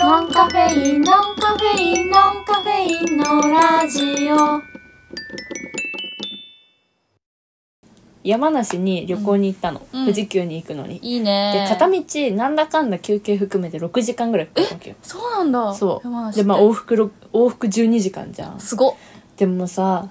ノンカフェインノンカフェインノンカフェインのラジオ山梨に旅行に行ったの、うん富士急に行くのに、いいでね片道なんだかんだ休憩含めて6時間ぐらいかかったわけよそうなんだ山そう梨でまあ往復ろ往復12時間じゃんすごっでもさ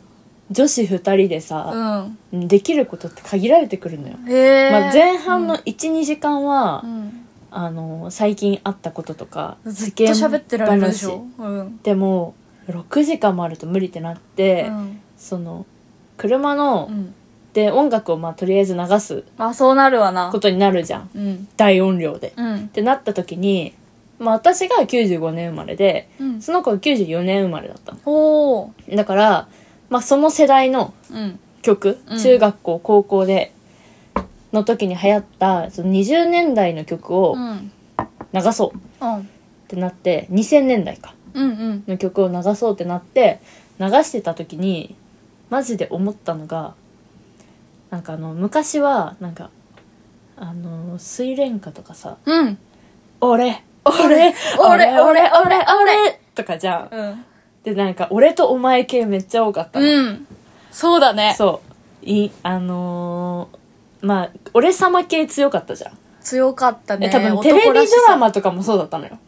女子2人でうさ、んできることって限られてくるのよ、へえ、まあ、前半の12、2時間は、うんあの最近あったこととかずっと喋ってられるでし世ょ間話うんでも6時間もあると無理ってなって、うんその車の、うんで音楽をまあとりあえず流すまあそうなるわなことになるじゃんうん大音量で、っうんてなった時に、まあ、私が95年生まれでうんその子が94年生まれだったのおーだから、まあ、その世代のうん曲、うん中学校高校での時に流行ったその20年代の曲をうん流そううんってなって2000年代かうんうんの曲を流そうってなって流してた時にマジで思ったのがなんかあの昔はなんかあの水蓮花とかさうん「俺俺俺俺俺俺とかじゃんうんでなんか「俺とお前」系めっちゃ多かったの、うんそうだねそういあのーまあ俺様系強かったじゃん、強かったえね多分テレビドラママとかもそうだったのよ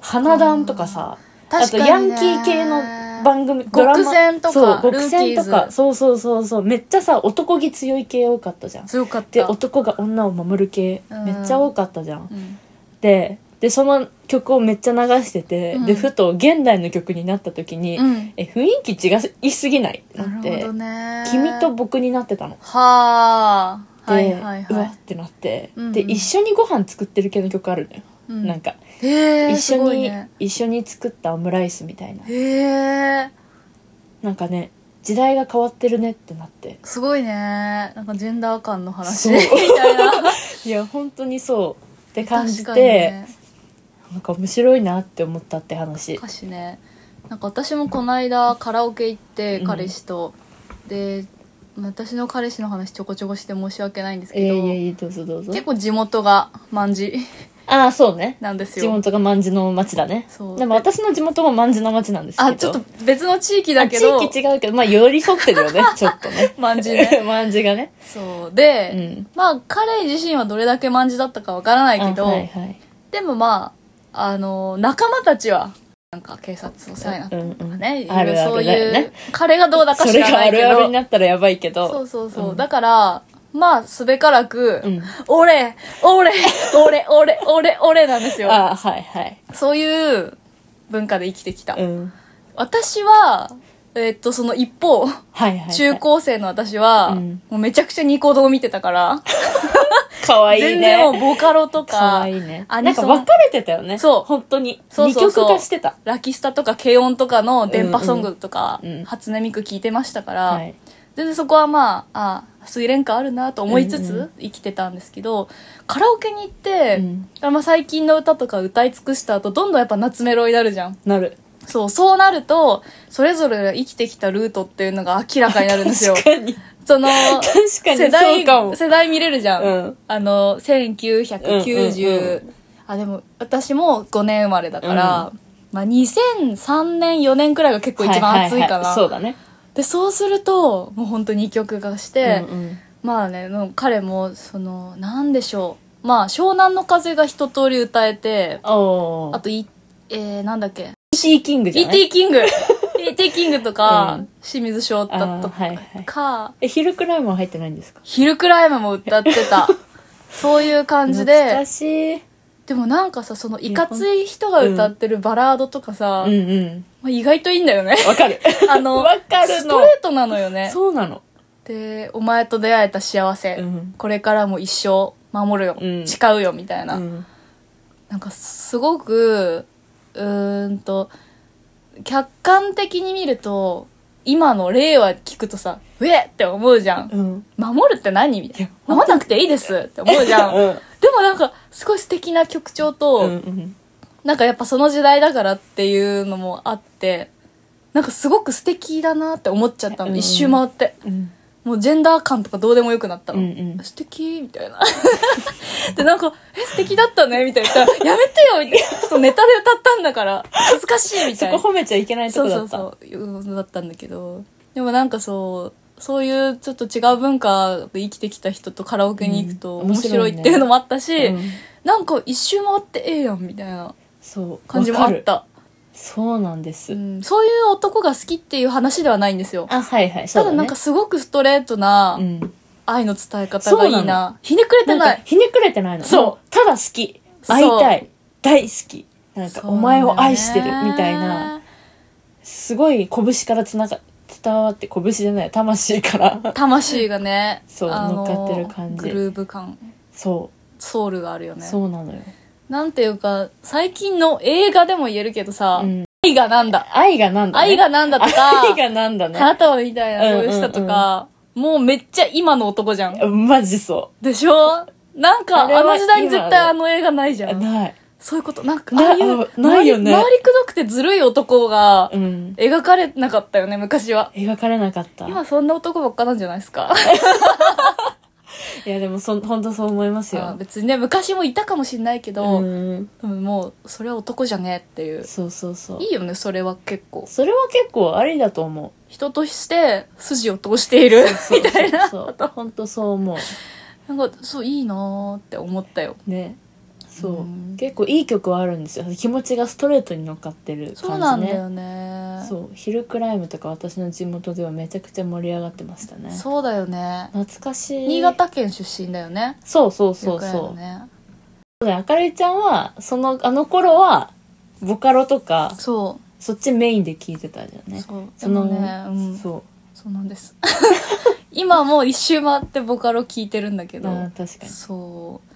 花壇とかさあ確とかにねヤンキー系の番組ドラマ極戦とかそう極戦ルーとキーかズそうそうそうそうめっちゃさ男気強い系多かったじゃん強かっでた男が女を守る系うんめっちゃ多かったじゃん、うんででその曲をめっちゃ流してて、うんでふと現代の曲になった時に、うんえ雰囲気違いすぎないってななっるほてどね君と僕になってたのはあで、はいはいはうわいってなって、うんうんで一緒にご飯作ってる系の曲あるのよ、うんなんか、へえ一す緒ごいに、ね一緒に作ったオムライスみたいなへえなんかね時代が変わってるねってなってすごいねなんかジェンダー感の話そう みたいないや本当にそうって感じて、確かにねなんか面白いなって思ったって話歌詞ねなんか私もこの間カラオケ行ってうん彼氏と、で私の彼氏の話ちょこちょこして申し訳ないんですけえど、ー、いやいやどうぞどうぞ結構地元が卍ああそうねなんです地よ元が万事の町だねそうでも私の地元も万事の町なんですけどあちょっと別の地域あだけど地域違うけどまあ寄り添ってるよ ねちょっとね卍 ね万事がね そうで、うんまあ彼自身はどれだけ卍だったかわからないけど、あはいはいでもまああの仲間たちはなんか警察のさえなとうんうかんね、いあろいろるあそうるだよいねう彼がどうだかそ知れらがなあいけるあるにどなったらやばいけどそうそうそう、うんだからまあすべからく、うん俺俺俺俺俺俺なんですよ ああはいはいそういう文化で生きてきた、うん私はえっとその一方はいはいはい中高生の私は、うんもうめちゃくちゃニコ動を見てたから、かわいいね全然もうボカロとかわかいいねアなんニかソン分かれてたよねそう本当にそうそうそう二極化してたラキスタとか軽音とかの電波ソングとか、うんうんうん初音ミク聞いてましたから、はい全然そこはまあ、あ水蓮花あるなと思いつうんつう生きてたんですけど、カラオケに行って、うんまあ最近の歌とか歌い尽くした後、どんどんやっぱ夏メロになるじゃん。なるそう、そうなると、それぞれが生きてきたルートっていうのが明らかになるんですよ 確。かにその、確かに世代そうかも世代見れるじゃん。うんあの、1990、うんうんうあ、でも私も5年生まれだから、まあ2003年、4年くらいが結構一番熱いかな。はははそうだねで、そうすると、もう本当に曲がして、うんうんまあね、もう彼も、その、なんでしょう。まあ、湘南の風が一通り歌えて、おあーと、い、えー、なんだっけ。シーキングじゃない E.T. キ ング E.T. キングとか、うん清水翔太とあーはいはいか、えヒルクライムは入ってないんですかヒルクライムも歌って た。そういう感じ懐かで、しいでもなんかさ、そのいかつい人が歌ってるバラードとかさ、うんうんまあ、意外といいんだよね。わかる あの、わかるのストレートなのよね。そうなので、お前と出会えた幸せ、うんこれからも一生守るよ、うん誓うよ、みたいな。うんなんかすごく、うーんと、客観的に見ると、今の令和聞くとさ、うえって思うじゃん。うん守るって何みたいいやな。守らなくていいですって思うじ ゃん。うんでもなんか、すごい素敵な曲調と、うんうんなんかやっぱその時代だからっていうのもあって、なんかすごく素敵だなって思っちゃったの、うん一周回って。うんもうジェンダー感とかどうでもよくなったうの。んうん素敵みたいな。 で、なんか、え、素敵だったねみたいな。やめてよみたいな。ちょっとネタで歌ったんだから、恥ずかしいみそたいこな。褒めちゃいけないとそこうだそっうたうそういうのだったんだけどでもなんかそうそういうちょっと違う文化で生きてきた人とカラオケに行くとうん面白い面白いねっていうのもあったし、んなんか一周回ってええやんみたいなそう感じもあわっかるた、そうなんです、うん、そういう男が好きっていう話ではないんですよあはいはいそたうだ、だね、なんかすごくストレートなうん愛の伝え方がいいそうな,、なひねくれてなんかないひねくれてないのそうもただ好きそう会いたい大好きなんそうかなんだよねお前を愛してるみたいなすごい拳からつなが伝わって拳じゃない魂から 魂がねそうあの乗っかってる感じグルーヴ感そソウルがあるよう、ねそうなのよ、なんていうか最近の映画でも言えるけどさ、うん、愛がなんだ愛がなんだ、ね、愛がなんだとか、 愛がなんだね花束みたいな恋したとか、もうめっちゃ今の男じゃん。マジそでしょなんか、ああれはの時代に絶対今のあの映画ないじうゃん。ないそういうこと。なんか、なああいう、あないよね周り周りくどくてずるい男がうん描かれなかったよね、昔は。描かれなかった今そんな男ばっかなんじゃないですか。いやでもそ本当そう思いますあ よ別にね、昔もいたかもしんないけど、うんうんもう、それは男じゃねっていう。そうそうそういいよね、それは結構。それは結構ありだと思う人として筋を通している。 みたいなそう本当そう思うなんか、そう、いいなーって思ったよ。ねそう、うん結構いい曲はあるんですよ気持ちがストレートに乗っかってる感じねそうなんだよねそうヒルクライムとか私の地元ではめちゃくちゃ盛り上がってましたねそうだよね懐かしい新潟県出身だよねそうそうそうよくやるそう、ねそうだねあかりちゃんはそのあの頃はボカロとかそそっちメインで聴いてたじゃんう、ねそうでそものねうんそうそなんです 今もう一周回ってボカロ聴いてるんだけうど、あー確かにそう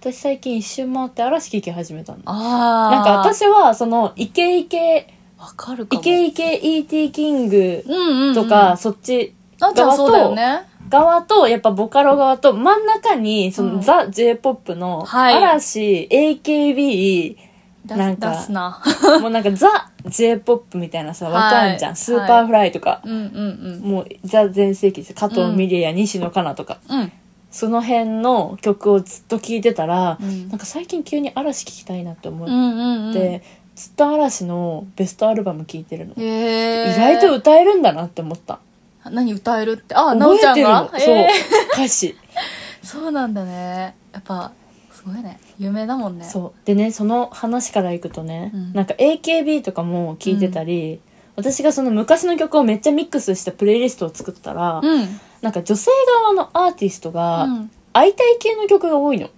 私最近一周回って嵐聴き始めたのああなんか私はそのイケイケわかるかイもケイケ ET キングうんうん、うん、とか、そっちあんちゃんそうだよね側とやっぱボカロ側と真ん中にその、うんザ・ J−POP のはい嵐、AKB 出なすんか出すな もうなんかザ・ J−POP みたいなさわかんじゃん、はいスーパーフライとか、うんうんうんもうザ全盛期です加藤ミリや西野カナとか、うんその辺の曲をずっと聴いてたら、うんなんか最近急に嵐聴きたいなって思うっんうんうんて、ずっと嵐のベストアルバム聴いてるの、へえ意外と歌えるんだなって思った何歌えるってああなお覚ちゃえんてるがの、えーそう歌詞 そうなんだねやっぱすごいね有名だもんねそうでねその話からいくとね、うんなんか AKB とかも聞いてたり、私がその昔の曲をめっちゃミックスしたプレイリストを作ったら、うんなんか女性側のアーティストがうん会いたい系の曲が多いの、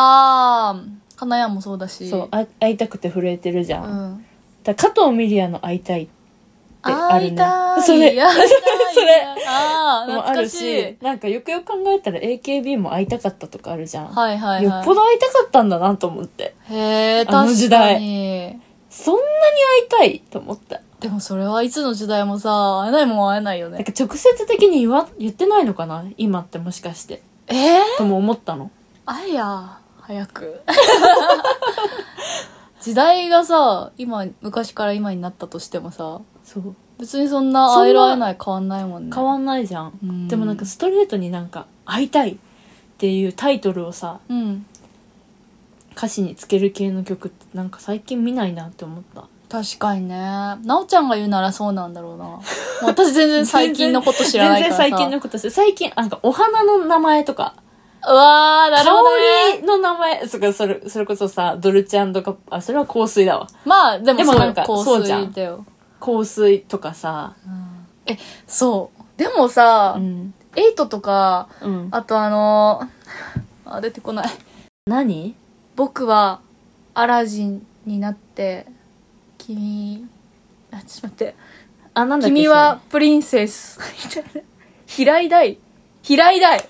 あーかなやんもそうだしそうあ会いたくて震えてるじゃん、うだかんら加藤ミリアの「会いたい」ってあ会るいねたいそ会れいたい それあーも懐あかるしいしなんかよくよく考えたら AKB も会いたかったとかあるじゃん、はいはいはいよっぽど会いたかったんだなと思ってへえあの確時か代にそんなに会いたいと思ったでもそれはいつの時代もさ会えないもん会えないよなんねか直接的に言わ言ってないのかな今ってもしかしてえー、とも思ったの会えや早く 時代がさ今昔から今になったとしてもさそう別にそんな会える会えない変わんないもんね変わんないじゃん、うんでもなんかストレートになんか「会いたい」っていうタイトルをさうん歌詞につける系の曲ってなんか最近見ないなって思った確かにねなおちゃんが言うならそうなんだろうなもう私全然最近のこと知らないからさ 全然最近のことして最近なんかお花の名前とかうわーなるほどね香りの名前そかそれそれこそさドルチェカあそれは香水だわまあでもでもそうなんか香そうじゃ水んだよ香水とかさえそうでもさ、ん、エイトとかうん、あとあのー、あ出てこない何僕はアラジンになって君あちょっと待ってあなんだっけ君はプリンセ ス。みたいな。平井大。平井大。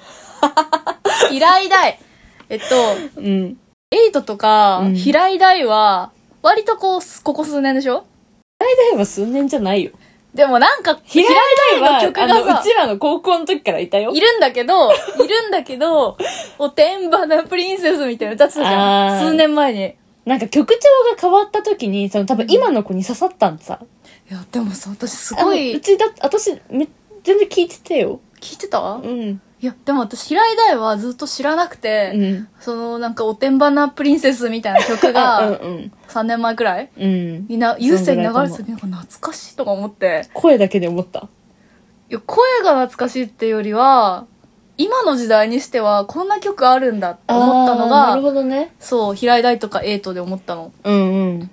平井大。えっと、それうんエイトとか、うん平井大は、割とこう、ここ数年でしょ大体は数年じゃないよでもなんか、平井大はの曲がさあのうちらの高校の時からいたよ いるんだけど、いるんだけど、おてんばなプリンセスみたいな歌ってたじゃん。あー数年前に。いなんか曲調が変わった時にその多分今の子に刺さったんさや、でもさ、私すあごのうい、ちだ私め全然聞いてたよ聞いてた、うん。いや、でも私、平井大はずっと知らなくて、うん。その、なんか、おてんばなプリンセスみたいな曲 あ、が、うん3年前くらいうん。うん。にな、優先に流そんぐられいてかて、なんか懐かしいとか思って、声だけで思った。いや、声が懐かしいっていうよりは、今の時代にしては、こんな曲あるんだって思ったのあーなるが、ほどね。そう、平井大とかエイトで思ったの。うんうん。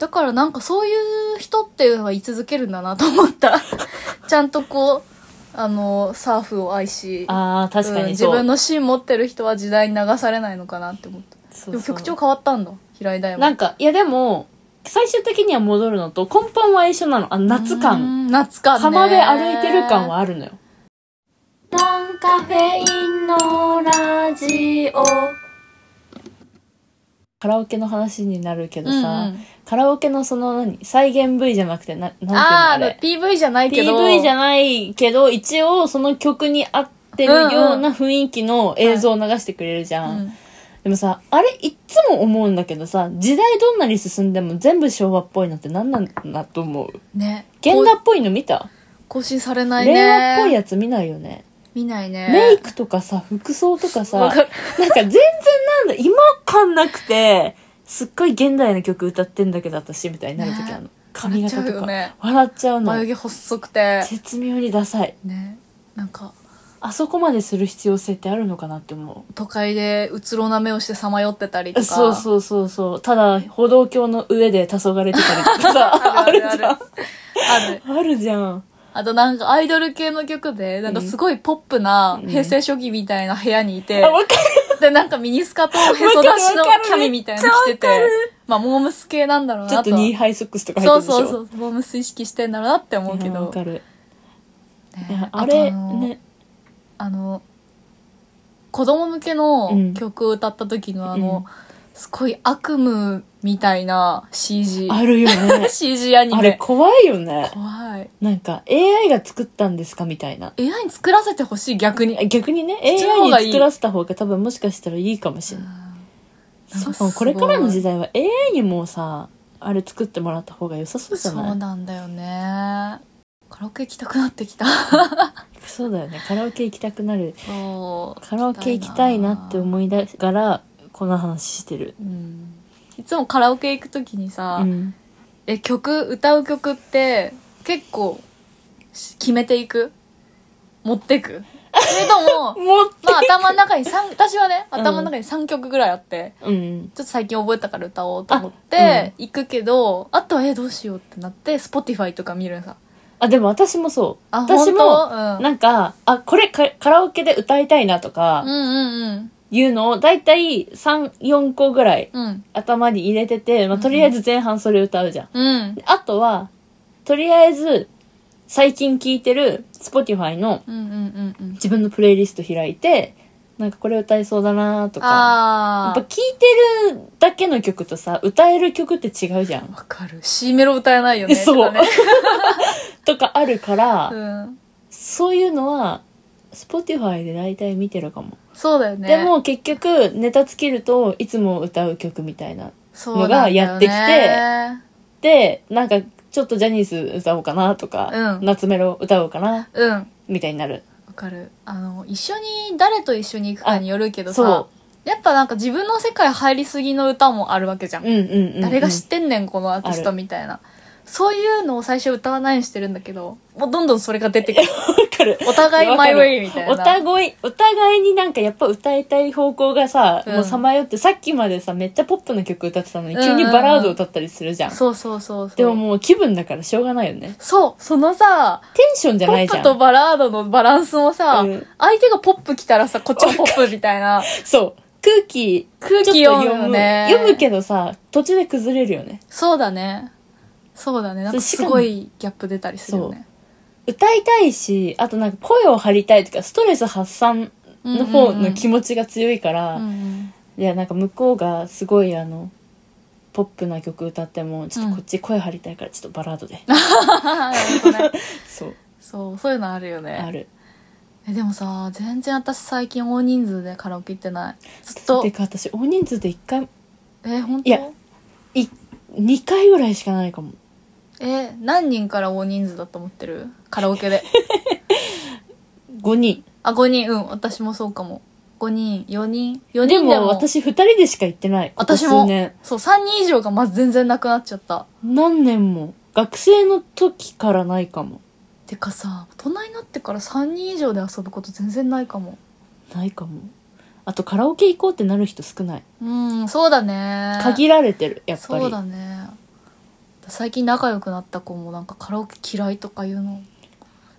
だからなんかそういう人っていうのは居続けるんだなと思 った。ちゃんとこう、あの、サーフを愛し、ああ確かうんに自そう、分の芯持ってる人は時代に流されないのかなって思った。そでうそもう曲調変わったんだ、平井大も。なんかいやでも最終的には戻るのと根本は一緒なのあの夏うん。感夏感ね。浜辺歩いてる感はあるのよノンカフェインのラジオカラオケの話になるけどうんうん。さ、カラオケのその何再現 V じゃなくてななんていうのああーあのれ PV じゃないけど。 PV じゃないけど一応その曲に合ってるような雰囲気の映像を流してくれるじゃん、うんでもさあれいっつも思うんだけどさ時代どんなに進んでも全部昭和っぽいのって何なんだと思うね。現代こっぽいの見たう更新されないね。令和っぽいやつ見ないよね見ないね。メイクとかさ服装とかさわかるなんか全然なんだ違和感なくてすっごい現代の曲歌ってんだけど私みたいになる時あるの、ね髪笑っちゃ型うとよかね笑っちゃうの眉毛細くて。絶妙にダサいね。なんか、あそこまでする必要性ってあるのかなって思う都会でうつろな目をしてさまよってたりとか。そうそうそうそうただ歩道橋の上で黄昏れてたりとかさ ああるるじあるゃんある。あるじゃんあとなんかアイドル系の曲で、なんかすごいポップな平成初期みたいな部屋にいて、あわかるでなんかミニスカとへそ出しのキャミみたいなの着てて、まあモームス系なんだろうちょなっと。とニーハイソックスとか入っそうてるでしょそうそう、モームス意識してんだろうなって思うけいやわど。かるいねやあれとのねあの、子供向けの曲を歌った時のあの、すごい悪夢みたいな CG。あるよ ね CG アニメ。あれ怖いよね怖い。なんか AI が作ったんですかみたいな AI に作らせてほしい、逆に。逆にねっちの方が AI いいに作らせた方が多分もしかしたらいいかもしれないなんかすそごういこれからの時代は AI にもさあれ作ってもらった方が良さそうじゃそないうなんだよねカラオケ行きたくなってきたそうだよねカラオケ行きたくなるそうカラオケ行きたいなって思い出しながらこの話してる、うんいつもカラオケ行く時にさ、うん、え曲歌う曲って結構し決めていく持ってくそれと ももうまあ頭の中に三私はねうん頭の中に3曲ぐらいあって、うんちょっと最近覚えたから歌おうと思って行くけど、あとはえどうしようってなって Spotify とか見るのさあでも私もそうあ私も本当うんなんかあこれカカラオケで歌いたいなとうかんうんいうのをだいたい34個ぐらいうんうん頭に入れてて、まあ、とりあえず前半それ歌うじゃん、うんであとはとりあえず最近聴いてる Spotify のうんうんうんうん自分のプレイリスト開いてなんかこれ歌えそうだなとかやあっぱあ聴いてるだけの曲とさ歌える曲って違うじゃんわかる C メロ歌えないよねそうとかね、とかあるから、うん、そういうのは Spotify で大体見てるかも、そうだよねでも結局ネタつけるといつも歌う曲みたいなそうなんだよねのがやってきてでなんかちょっとジャニーズ歌おうかなとか、うん夏メロ歌おうかなうんわみたいになるかるあの一緒に誰と一緒に行くかによるけどさそやっぱなんか自分の世界入りすぎの歌もあるわけじゃん、ううんうんうん、うん、誰が知ってんねんこのアーティストあみたいなそういうのを最初歌わないようにしてるんだけどもうどんどんそれが出てくるわかるお互いマイウェイみたいな お互い、お互いになんかやっぱ歌いたい方向がさ、うんもうさまよって、さっきまでさ、めっちゃポップな曲歌ってたのに、うんうんう急んにバラード歌ったりするじゃん。そうそうそうそうでももう気分だからしょうがないよね。そうそのさテンションじゃポないッじゃプん。とバラードのバランスもさ、うん相手がポップ来たらさ、こっちもポップみたいな。そう。空気、空気ちょっと読むよね読むけどさ、途中で崩れるよね。そうだね。そうだね。なんかすごいギャップ出たりするよね。歌いたいし、あとなんか声を張りたいとか、ストレス発散の方の気持ちが強いから、うんうん いやなんか向こうがすごいあのポップな曲歌ってもちょっとこっち声張りたいからちょっとバラー ドで、なるほどねそうそう、そういうのあるよあね。るえ、でもさ、全然私最近大人数でカラオケ行ってない。ずってと。か私大人数で1回え、本いや当い2回ぐらいしかないかもえ、何人から大人数だと思ってるカラオケで。 5人あ、5人、うん、私もそうかも。5人、4人、4で人でも。も私2人でしか行ってない私ここも数年そう、3人以上がまず全然なくなっちゃった。何年も学生の時からないかもてかさ、大人になってから3人以上で遊ぶこと全然ないかも。ないかもあとカラオケ行こうってなる人少ないうん、そうだね。限られてるやっぱりそうだね。最近仲良くなった子もなんかカラオケ嫌いとか言うの。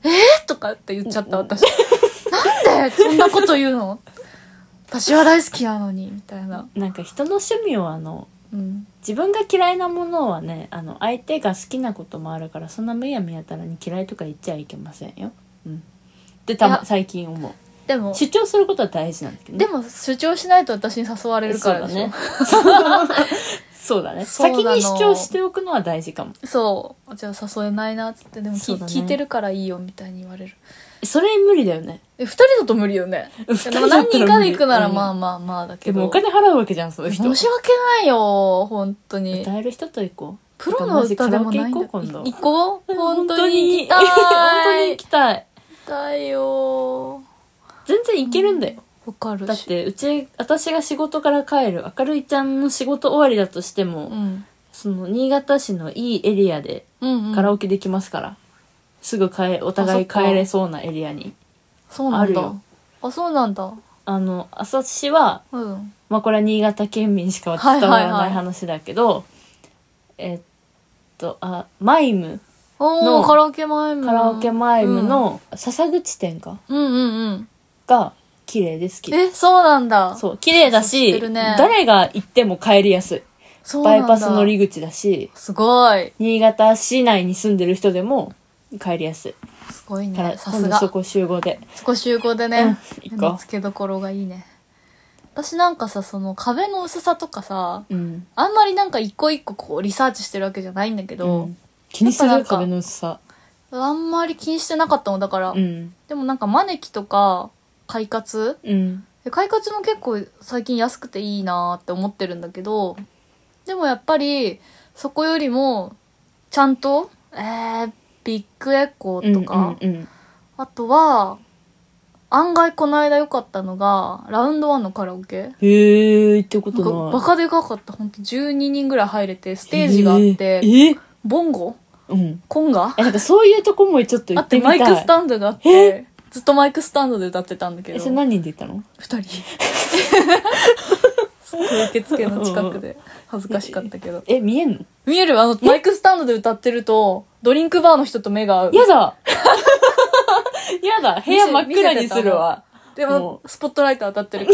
えー、とかって言っちゃった私。なんでそんなこと言うの私は大好きなのに、みたいな。なんか人の趣味をあのうん。自分が嫌いなものはねあの相手が好きなこともあるからそんなむやみやたらに嫌いとか言っちゃいけませんよ。うん、ってたいまや最近思でもう。主張することは大事なんだけどでも主張しないと私に誘われるからでしょそうだねそうだ ねそうな先のに主張しておくのは大事かもそうじゃあ誘えないなっつってでもそ聞,、うだね聞いてるからいいよみたいに言われるそれ無理だよねえ二人だと無理よねうんでも何人かで行くならうんまあまあまあだけでどもお金払うわけじゃんそういう人申し訳ないよ本当に歌える人と行こうプロの歌でもないんだカラオケ行こう今度い行こう本当に行きたい本当に行きたい行きたいよ全然行けるんだよ、わかるだってうち私が仕事から帰る明るいちゃんの仕事終わりだとしても、うん、その新潟市のいいエリアでうんうん、カラオケオケできますから、すぐ帰お互い帰れそうなエリアにそうなんあるだよあそうなんだあの朝市はうんまあこれは新潟県民しか伝わらはいはないはいい話だけど、えっとあマイムおのおカラオケマイムカラオケマイムの笹口店かうんうんうんが綺麗で好きえそうなんだそう綺麗だそう知ってしるね誰が行っても帰りやすいそうなバんイだパス乗り口だしすごい新潟市内に住んでる人でも帰りやすいすごいからねさ今す度がそこ集合でそこ集合でね、うん行こう目の付けどころがいいね私なんかさその壁の薄さとかさうんあんまりなんか一個一個こうリサーチしてるわけじゃないんだけうどん、気にすやっぱなんるか壁の薄さあんまり気にしてなかったのだから、うんでもなんかマネキとか快活うんで快活も結構最近安くていいなーって思ってるんだけどでもやっぱりそこよりもちゃんとえー、ビッグエコーとか、うんうんあとは、案外この間良かったのが、ラウンドワンのカラオケ。うん、へえ行ったこなんかとないバカでかかった。ほんと12人ぐらい入れて、ステージがあっへて、ええボンゴうんコンガえなんかそういうとこもちょっと行あっっててみたマいイクスタンドがあって、ずっとマイクスタンドで歌ってたんだけえど、それ何人で行ったの二人。 すごい受付の近くで、恥ずかしかったけど。え見えんの見えるあの、マイクスタンドで歌ってると、ドリンクバーの人と目が合う。やだやだ部屋真っ暗にするわでもも、スポットライト当たってる か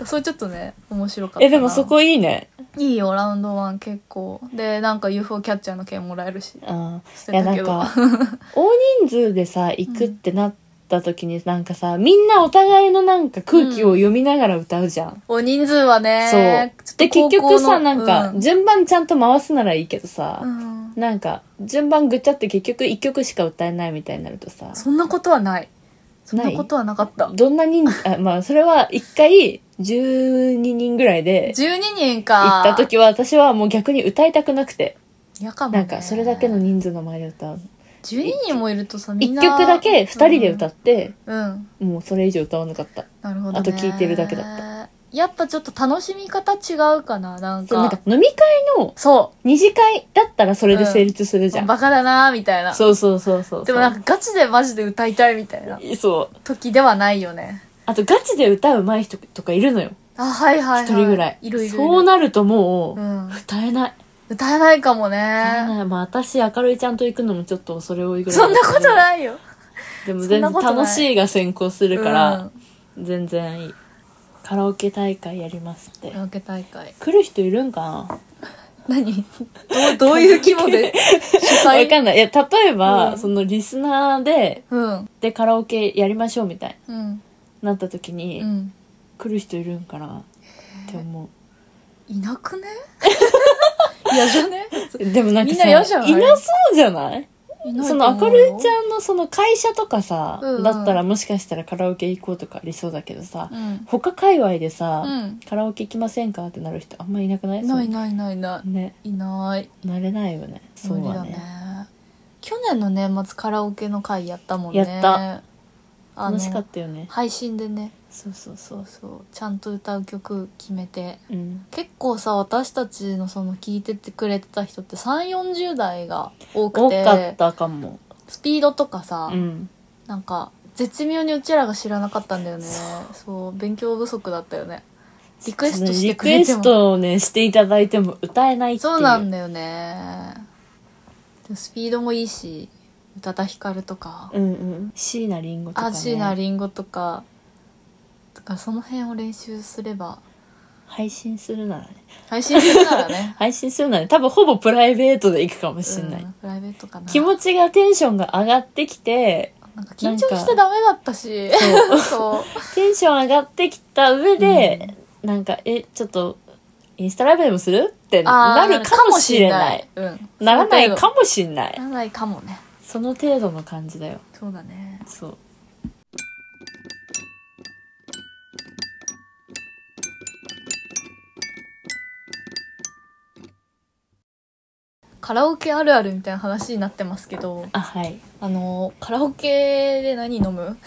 ら。それちょっとね、面白かったな。えでもそこいいねいいよ、ラウンドワン結構。で、なんか UFO キャッチャーの券もらえるし。あー捨いやてなたんけど。 か大人数でさ行くってなった時になんかさみんなお互いのなんか空気を読みながら歌うじゃん、お人数はね、そうで結局さなんかうん順番ちゃんと回すならいいけどさ、うん、なんか順番ぐっちゃって結局1曲しか歌えないみたいになるとさそんなことはない。そんなないことはなかった。どんな人数あまあそれは1回12人ぐらいで12人行か。った時は私はもう逆に歌いたくなくて嫌かも、ね。なんかそれだけの人数の前で歌う12人もいるとさ、みん1な。曲だけ2人で歌っって、うん。うん。もうそれ以上歌わなかったなるほど、ね。。あと聞いてるだけだったやっぱちょっと楽しみ方違うかな、なんそうか。なんか飲み会のそう。二次会だったらそれで成立するじゃん、バカだなーみたいなそうそうそうそうでもなんかガチでマジで歌いたいみたいなそう時ではないよねあとガチで歌うまい人とかいるのよあはいはいはい一人ぐらいいるいるいるそうなるともう、うん歌えない歌えないかも歌えねないまあ私明るいちゃんと行くのもちょっと恐れ多いぐらいそんなこといないよでもそん全な然ことない楽しいが先行するかうらん、全然いいカラオケ大会やりますってカラオケ大会来る人いるんかな何どうどういう規模で主 わ催かんないいや例えば、うんそのリスナーでうんでカラオケやりましょうみたいうんななった時に、うん来る人いるんかなって思いなくね いやじゃねうでもなんかみんな嫌じゃさないいなそうじゃないいないそとの思明うよるいちゃんのその会社とかさ、うんうんだったらもしかしたらカラオケ行こうとかありそうだけどさ、うん他界隈でさ、うんカラオケ行きませんかってなる人あんまいなくないないないないなそうねいいないなれないよねそう無理はだねね去年の年末カラオケの会やったもんねやったあ楽しかのったよね配信でねそうそうそそううそうちゃんと歌う曲決めてうん結構さ私たちのその聞いててくれてた人って3 4 0代が多く多てかったかもスピードとかさ、うんなんか絶妙にうちらが知らなかったんだよねそう勉強不足だったよねリクエストしてくれリクエてスもトをねしていただいても歌えないっていうそうなんだよねでもスピードもいいし宇多田ヒカルとかうんうん椎名林檎とか、ね、アジナリンゴとかだからその辺を練習すれば配信するならね配信するなら ね配信するならね多分ほぼプライベートで行くかもしんない、うんプライベートかな気持ちがテンションが上がってきてなんか緊張してダメだったし そそうテンション上がってきた上で、なんかえちょっとインスタライブでもするってあ なーるかもしれないなるかもしれないうんならなそいの程かもしんな度いならないかもねその程度の感じだよそうだねそうカラオケあるあるみたいな話になってますけどあはいあのカラオケで何飲む、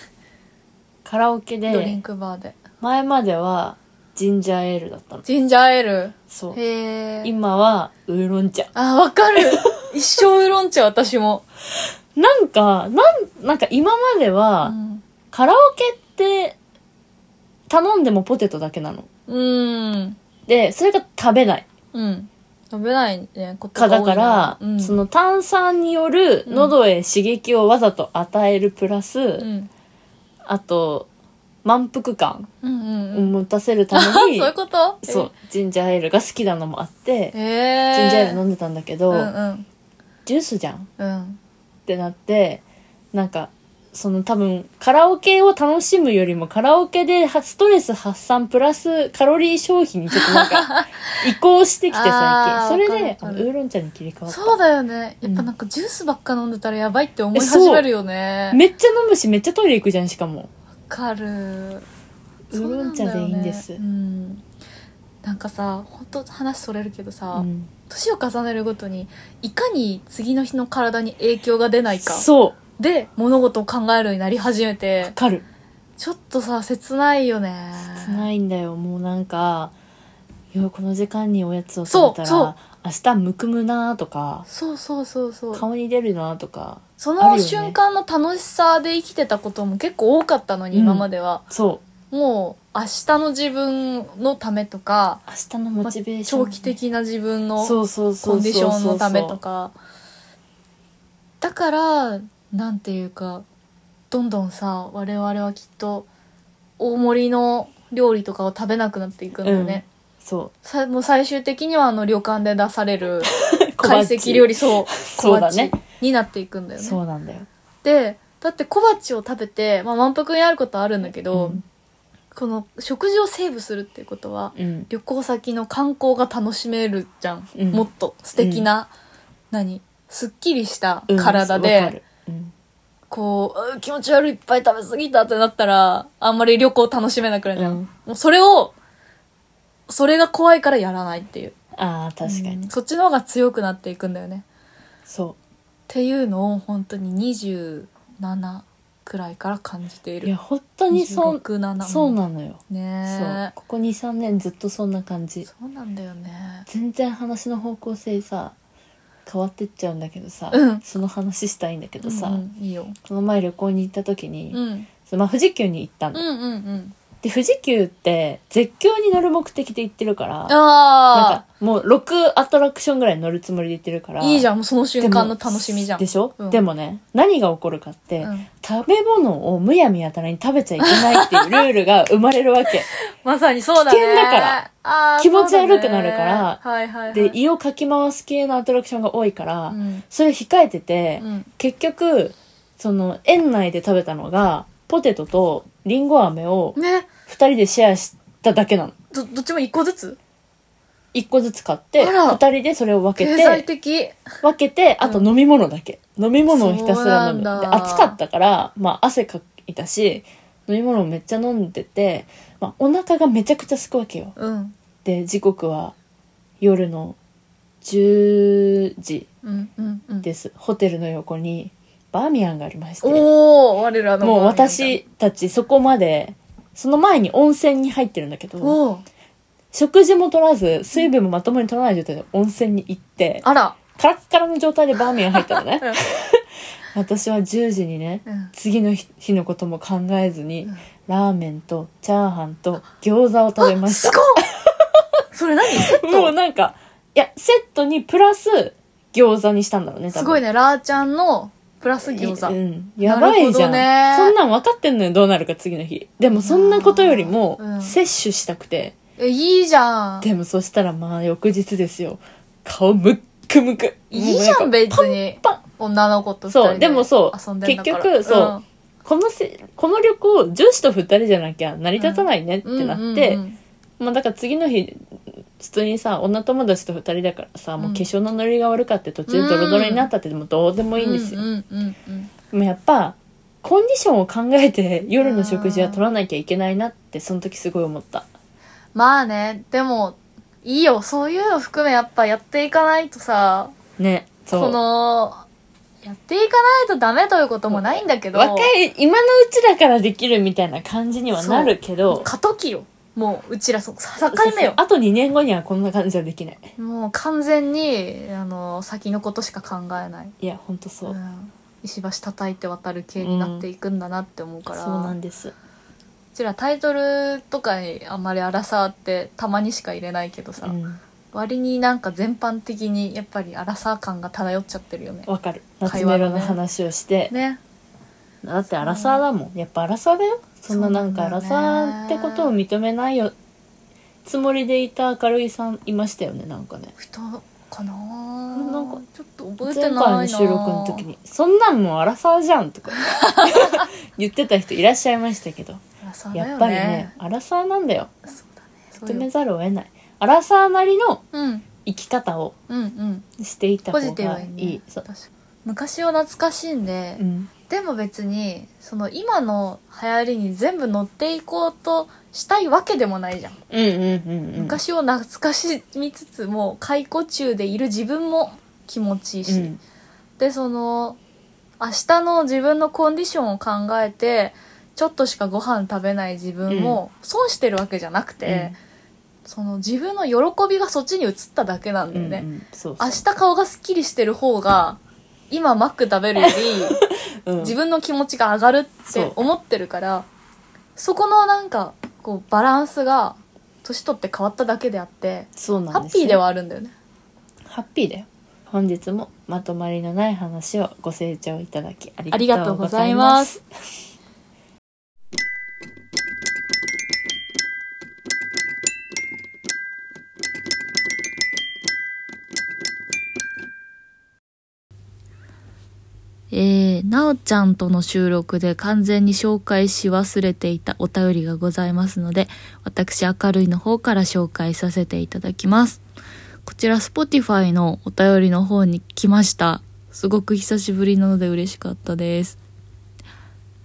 カラオケドリンでクバーで前まではジンジャーエールだったのジンジャーエーそうルへえ今はウーロン茶あわかる一生ウーロン茶私も、なんかなんなんか今までは、うん、カラオケって頼んでもポテトだけなのうんでそれが食べないうん危ないねことかがだ多いかなら、うん、その炭酸による喉へ刺激をわざと与えるプラス、うんあと満腹感うんうんをうん持たせるために、 そういうことそうジンジャーエールが好きなのもあってえ、えジンジャーエールの飲んでたんだけど、うんうんジュースじゃんっうんてなってなんかその多分カラオケを楽しむよりもカラオケではストレス発散プラスカロリー消費にちょっとな んか移行してきて最あー近それでわあかるわかのウるーロン茶に切り替わったそうだよねやっぱなんかジュースばっか飲んでたらやばいって思い始めるよねめっちゃ飲むしめっちゃトイレ行くじゃんしかもわかるウーロン茶でいいんですそうなんだよねうんなんかさ本当話それるけどさうん年、を重ねるごとにいかに次の日の体に影響が出ないかそうで物事を考えるようになり始めわてかるちょっとさ切ないよねつないんだよもうなんかよこの時間におやつを食べたらそう明日むくむなとかそうそうそうそう顔に出るなとかそあるよのね瞬間の楽しさで生きてたことも結構多かったのに、うん今まではそうもう明日の自分のためとか明日のモチベーション、長期的な自分のそうそうそうそうそうコンディションのためとかだからなんていうかどんどんさ我々はきっと大盛りの料理とかを食べなくなっていくんだよね、そうさもう最終的にはあの旅館で出され る懐解石料理 そうそうだね小鉢になっていくんだよねそうなんだよでだって小鉢を食べて、まあ、満腹になることはあるんだけど、うんこの食事をセーブするっていうことはうん旅行先の観光が楽しめるじゃん、うんもっと素敵な、何すっきりしたうん体わかで、るうんこうう気持ち悪いいっぱい食べ過ぎたってなったらあんまり旅行楽しめなくなるじゃん、うんもうそれをそれが怖いからやらないっていうああ確かに、うんそっちの方が強くなっていくんだよねそっていうのを本当に27くらいから感じていうるいや本当にそん27そうなのよ、そうねえここ23年ずっとそんな感じそうなんだよね全然話の方向性さ変わってっちゃうんだけどさ、うんその話したいんだけどさ、うんうんいいよ、この前旅行に行った時に、うん、そのまあ、富士急に行ったうの、んうんうんで富士急って絶叫に乗る目的で行ってるからなんあかもう6アトラクションぐらい乗るつもりで行ってるからあいいじゃゃんんもうその瞬間の楽しみじゃんでしょ、うんでもね何が起こるかって、うん食べ物をむやみやたらに食べちゃいけないっていうルールが生まれるわけまさにそうだね危険だからあー気持ち悪くなるから そうだねはいはいはいで胃をかき回す系のアトラクションが多いから、うんそれ控えてて、うん結局その園内で食べたのがポテトとりんご飴をね2人でシェアしただけなのどどっちも一個ずつ1個ずつ買ってあら2人でそれを分け経済て的分けてあと飲み物だけ、飲み物をひたすら飲そむうなんだで暑かったから、まあ、汗かいたし飲み物をめっちゃ飲んでて、まあ、お腹がめちゃくちゃすくわけようんで時刻は夜の10時うんうんうんですホテルの横にバーミヤンがありましておお我らのもう私たちそこまでその前に温泉に入ってるんだけどおお食事も取らず水分もまともに取らない状態で温泉に行ってあら、カラッカラの状態でバーミヤン入ったのねうん 私は10時にねうん次の日日のことも考えずに、うんラーメンとチャーハンと餃子を食べましすたごいそれ何セッもうトなんかいやセットにプラス餃子にしたんだろうね多分すごいねラーちゃんのプラス餃う子ん、やばいじゃん、なるほどねそんなん分かってんのよどうなるか次の日でもそんなことよりも、うん摂取したくてえいいじゃんでもそしたらまあ翌日ですよ顔むっくむくいいじゃもんうなんか別にパンパン女の子と二人そうでもそう遊んでんだから結局そうこのせこの旅行女子と二人じゃなきゃ成り立たないねってうんなって、うんうんうんまあだから次の日普通にさ女友達と二人だからさ、もう化粧のノリが悪かって途中ドロドロになったってでもどうでもいいんですよ、うんうんうんでもやっぱコンディションを考えて夜の食事は取らなきゃいけないなってその時すごい思ったまあねでもいいよそういうの含めやっぱやっていかないとさねそうこのやっていかないとダメということもないんだけど若い今のうちだからできるみたいな感じにはなるけど過渡期よもううちらそ境目よあと2年後にはこんな感じはできないもう完全にあの先のことしか考えない、いやほんとそう、うん石橋叩いて渡る系になっていくんだなって思うから、そうなうんですちらタイトルとかにあんまり荒さってたまにしか入れないけどさ、うん割になんか全般的にやっぱり荒さ感が漂っちゃってるよねわかる会夏メ話のねロの話をして、ねだってアラサーだもんやっぱアラサーだよそんななんかそアうなラんだサよねーってことを認めないよつもりでいた明るいさんいましたよねなんかねふとかなななんかちょっと覚えてない前回なの収録の時に「そんなんもうアラサーじゃん」とか言ってた人いらっしゃいましたけど、荒さだよねやっぱりねアラサーなんだよそうだねそう認いめうざるを得ないアラサーなりのうん生き方をうんうんしていたポ方ジティブがはいねい、そう確かに昔を懐かしんで、うんでも別にその今の流行りに全部乗っていこうとしたいわけでもないじゃん、うんうんうんうん昔を懐かしみつつも解雇中でいる自分も気持ちいいし、うんでその明日の自分のコンディションを考えてちょっとしかご飯食べない自分も損してるわけじゃなくて、その自分の喜びがそっちに移っただけなんうだよんね、うんそうそ明日顔がすっきりしてる方が今マック食べるよりう、うん自分の気持ちが上がるって思ってるからそこのなんかこうバランスが年取って変わっただけであってそうハなんでッすよピーではあるんだよねハッピーだよ。本日もまとまりのない話をご清聴いただきあありりががととううごござざいいまますす。えー、なおちゃんとの収録で完全に紹介し忘れていたお便りがございますので、私、明るいの方から紹介させていただきます。こちら、Spotify のお便りの方に来ました。すごく久しぶりなので嬉しかったです。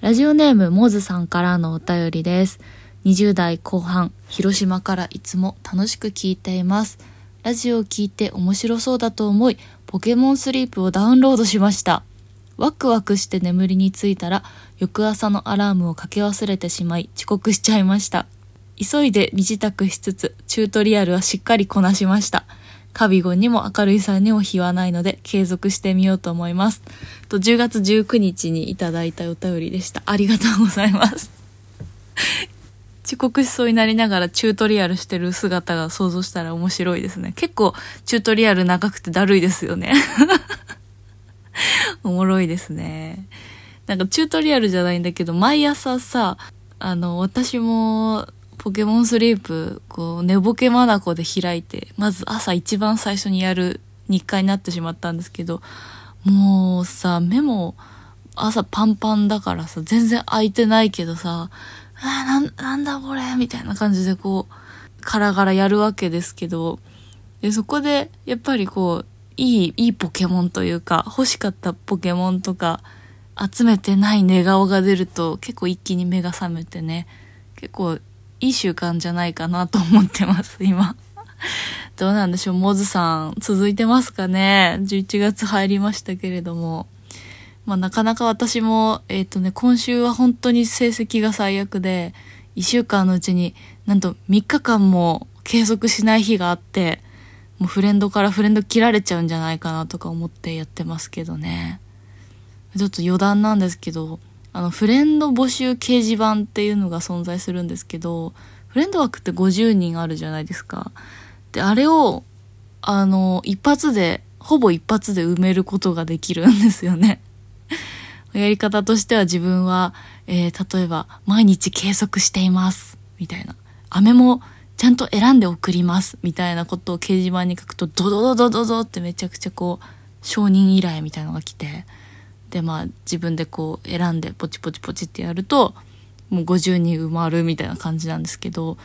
ラジオネーム、モズさんからのお便りです。20代後半、広島からいつも楽しく聞いています。ラジオを聞いて面白そうだと思い、ポケモンスリープをダウンロードしました。ワクワクして眠りについたら、翌朝のアラームをかけ忘れてしまい、遅刻しちゃいました。急いで身支度しつつ、チュートリアルはしっかりこなしました。カビゴンにも明るいさんにも日はないので、継続してみようと思います。と、10月19日にいただいたお便りでした。ありがとうございます。遅刻しそうになりながらチュートリアルしてる姿が想像したら面白いですね。結構チュートリアル長くてだるいですよね。 おもろいですね。なんかチュートリアルじゃないんだけど、毎朝さ、あの、私も、ポケモンスリープ、こう、寝ぼけまなこで開いて、まず朝一番最初にやる日課になってしまったんですけど、もうさ、目も朝パンパンだからさ、全然開いてないけどさ、あーなん、なんだこれみたいな感じでこう、ガラガラやるわけですけど、でそこでやっぱりこういいいいポケモンというか欲しかったポケモンとか集めてない寝顔が出ると結構一気に目が覚めてね結構いい習慣じゃないかなと思ってます今 どうなんでしょうモズさん続いてますかね11月入りましたけれどもまあなかなか私も、えっ、とね、今週は本当に成績が最悪で、1週間のうちになんと3日間も継続しない日があって、もうフレンドからフレンド切られちゃうんじゃないかなとか思ってやってますけどね。ちょっと余談なんですけど、あの、フレンド募集掲示板っていうのが存在するんですけど、フレンド枠って50人あるじゃないですか。で、あれを、あの、一発で、ほぼ一発で埋めることができるんですよね。やり方としては自分は、えー例えば、毎日計測しています。みたいな。飴もちゃんと選んで送ります。みたいなことを掲示板に書くと、ドドドドドドってめちゃくちゃこう、承認依頼みたいなのが来て、でまあ自分でこう選んでポチポチポチってやるともう50人埋まるみたいな感じなんですけど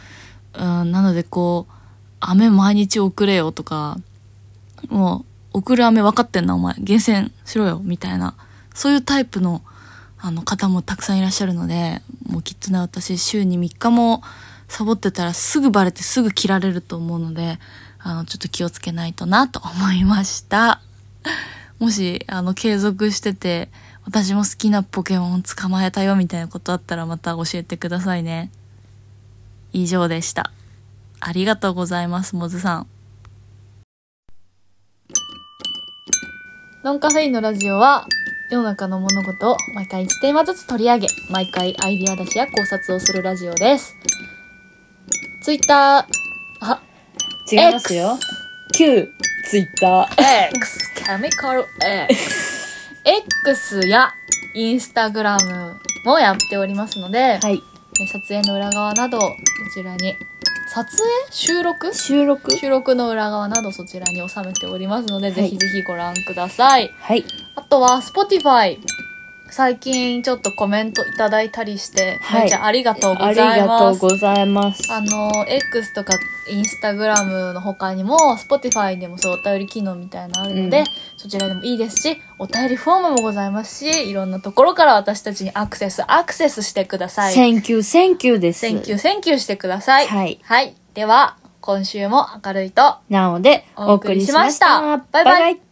うんなのでこう飴毎日送れよとかもう送る飴分かってんなお前厳選しろよみたいなそういうタイプのあの方もたくさんいらっしゃるのでもうきっとね私週に3日もサボってたらすぐバレてすぐ切られると思うのであのちょっと気をつけないとなと思いました。もし、あの、継続してて、私も好きなポケモン捕まえたよみたいなことあったらまた教えてくださいね。以上でした。ありがとうございます、もずさん。ノンカフェインのラジオは世の中の物事を毎回1テーマずつ取り上げ毎回アイディア出しや考察をするラジオですツイッターあ違いますよ。旧ツイッター X、ケミカル X。X やインスタグラムもやっておりますので、はいえ撮影の裏側など、こちらに、撮影収録収録収録の裏側などそちらに収めておりますので、いぜひぜひご覧ください。はいあとは Spotify。最近ちょっとコメントいただいたりして、はいめっちゃありがとうあごりざいがまとうす。ございますあの、X とか Instagram の他にも、Spotify でもそうお便り機能みたいなのあるので、うんそちらでもいいですし、お便りフォームもございますし、いろんなところから私たちにアクセス、アクセスしてください。 Thank you, thank you です。センキュー、センキューしてください。はいはい。では、今週も明るいとなので、おお送送りりししままし。したたバイバイイ